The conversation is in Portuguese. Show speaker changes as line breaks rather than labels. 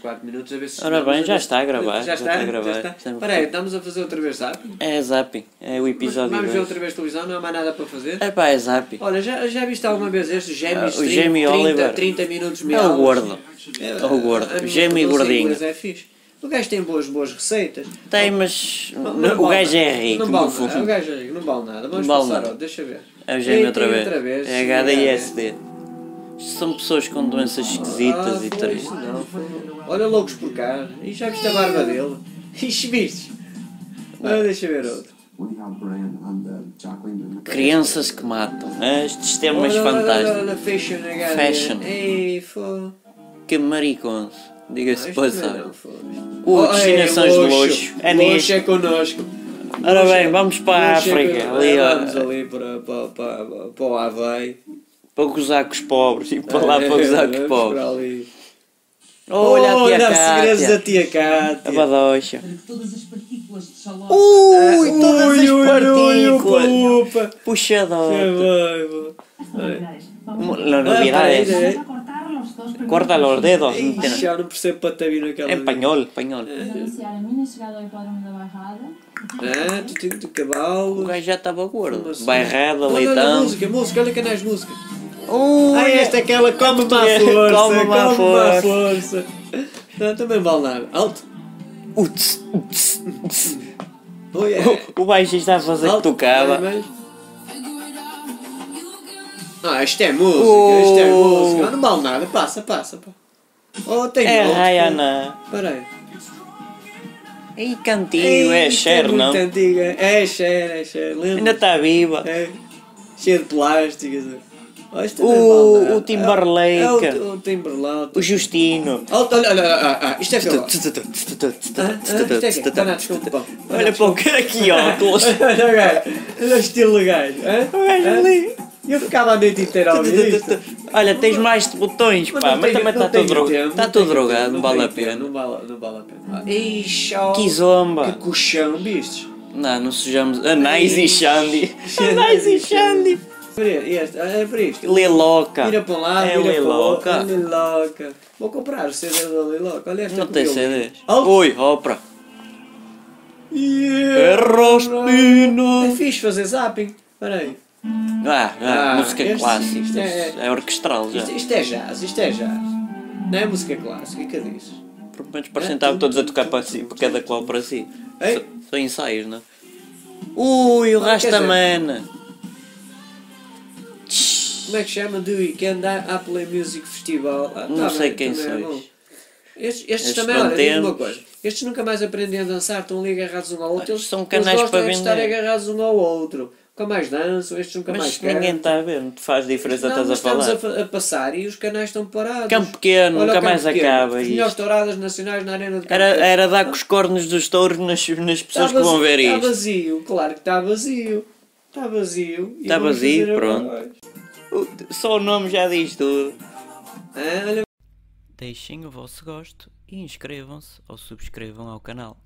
4 minutos a ver se.
Ora bem,
chegamos a
já
ver-
está a gravar.
Já está,
a gravar.
já está.
Estamos-
Espera aí, estamos a fazer outra vez, sabe?
É zap, é o episódio
Vamos ver
2.
outra vez televisão, não há mais nada para fazer.
É pá, é zap.
Olha, já, já viste alguma vez este Gêmeos
Ah, o
30,
Jamie
30,
Oliver.
30 minutos
É
meia
o
hora?
gordo.
É,
É o
a- a
gordo.
minha
Gêmeo e
pronúncia em
gordinho.
inglês É fixe. O gajo tem boas, boas receitas.
Tem, mas
Não-
n-
não
o
vale
gajo é
nada.
rico.
Não
no
vale nada. O
fundo.
gajo é rico, não vale nada. Vamos
Não vale
passar,
nada.
ó, deixa ver.
É o gêmeo outra
Tem- tem
vez. É HDISD. Isto São pessoas com doenças esquisitas
Ah, foi
e tristes.
isso, não, foi- Olha loucos por cá. E já viste a barba dele? Ixi, bichos. Olha, deixa ver outro.
Woody Halperin and uh, Jack Lemmon.
Crianças que matam. Ah, Estes temas
olha, olha,
fantásticos.
Olha, olha, fashion, HD.
Fashion.
Ei, fô.
Que maricons. Diga-se
Isto também
passar.
não, fô.
Oh,
Oh, ei,
destinações de luxo. É
Luxo
nisto.
é connosco.
Ora
Luxo
bem,
é-
vamos para a
luxo é
África.
connosco.
Ali,
Vamos
ó,
ali para, para, para, para o Havaí.
para gozar com os pobres e para lá para gozar com os
É, Vamos
pobres.
para ali. Oh,
Olha a tia
Olha, segredos da
Cátia.
tia Cátia.
A badocha.
Todas as partículas de xaló.
Uh. Ui, todas
Ah, Ui, ui,
as
ui,
partículas.
upa, upa. Que
Puxador.
bárbaro.
Eh, La
Ah,
novedad
para
es...
ir, eh.
cortar los dos primeros
Corta los dedos.
Ixi, Já não percebo para ter vindo aquela.
Em espanhol, espanhol.
Vamos anunciar a minha chegada ao hipódromo da Barrada.
Ah,
Eh,
tu tens de
O
cavalo.
gajo já estava gordo.
Mas-
Bairrada,
Olha, Olha,
leitão.
música, música, olha canais de música.
Ui,
Ah, esta é aquela come má
É,
força.
come
Come
má
má força. Não, também vale nada. Alto.
Uts, uts, uts.
Oi, é.
O baixista a fazer que
Alto.
tocava.
Vai, vai. Ah, isto é música, isto é
Oh.
música. Ah, Não vale nada, passa, passa. pá. Oh, tem
É
outro.
Rayana.
Espera aí.
E cantinho,
Ei,
é
isto
Cher,
muito
não?
antiga. É Cher, é Cher. Lembra?
Ainda está viva.
É. Cheia de plásticas. Olha, isto
O-
também vale nada.
o Timberlake.
É, é o, o Timberlake.
O Justino.
Olha, olha, olha, olha, ah, ah, isto é pior.
Olha para o cara aqui, óculos.
Olha o gajo, olha o estilo do gajo. hã?
O gajo
Hã?
ali.
Eu ficava a noite inteira a ouvir isto.
Olha, tens mais de botões,
Mas
pá,
não
mas
tenho-
também
não
está
tenho
tudo drogado.
tempo,
Está
não
tudo
tenho
drogado,
tempo,
não vale a
tenho tempo,
pena.
Não vale, não vale a pena. Ixi, oh,
Que
que
zomba!
colchão, bichos.
Não, não sejamos. Anais e Xandi. Anais e Xandi.
Olha este, olha para isto.
Leloca.
Vira para um lado,
É
vira para o outro.
Leloca.
Liloca. Vou comprar o CD da Liloca. Olha esta
Não tem
cabelo.
CDs.
Alto.
Ui, opera. É
Yeah. É
Raspino.
fixe fazer zapping. Peraí.
Ah, ah,
Ah,
música
este-
clássica.
isto é-
É orquestral já.
Isto, isto é jazz, isto é jazz. Não é música clássica, que dizes?
Pelo menos parecentavam todos a tocar para si, para cada qual para si.
É. Ei?
São- São ensaios, não é? Ui, o
Ah, quer dizer-
Rastamana.
Como é que chama? The Weekend à Play Music Festival. Ah,
Não
tá
sei
bem,
quem
também é
sois.
bom. Estes, estes
Estes
também,
não
olha, digo uma
temos.
coisa. Estes nunca mais aprendem a dançar, estão ali agarrados um ao outro.
Olha,
Eles
são
eles
canais
gostam
para
é de estar
vender.
agarrados um ao outro. Nunca mais dançam, estes nunca mais
Mas
cantam.
ninguém está a ver, não te faz diferença,
Não,
estás a
mas estamos
falar.
fa- a passar e os canais estão parados.
Campo Pequeno,
Olha o
nunca
Campo
mais
Pequeno,
acaba
As
isto.
melhores touradas nacionais na arena de Campo
Era,
Pequeno.
era dar com os cornos dos touros nas, nas pessoas que vão ver
Está
isto.
vazio, claro que está vazio. Está vazio. e
Tá
vamos
vazio,
fazer agora.
pronto. O- Só o nome já diz tudo.
Ah, olha,
Deixem o vosso gosto e inscrevam-se ou subscrevam ao canal.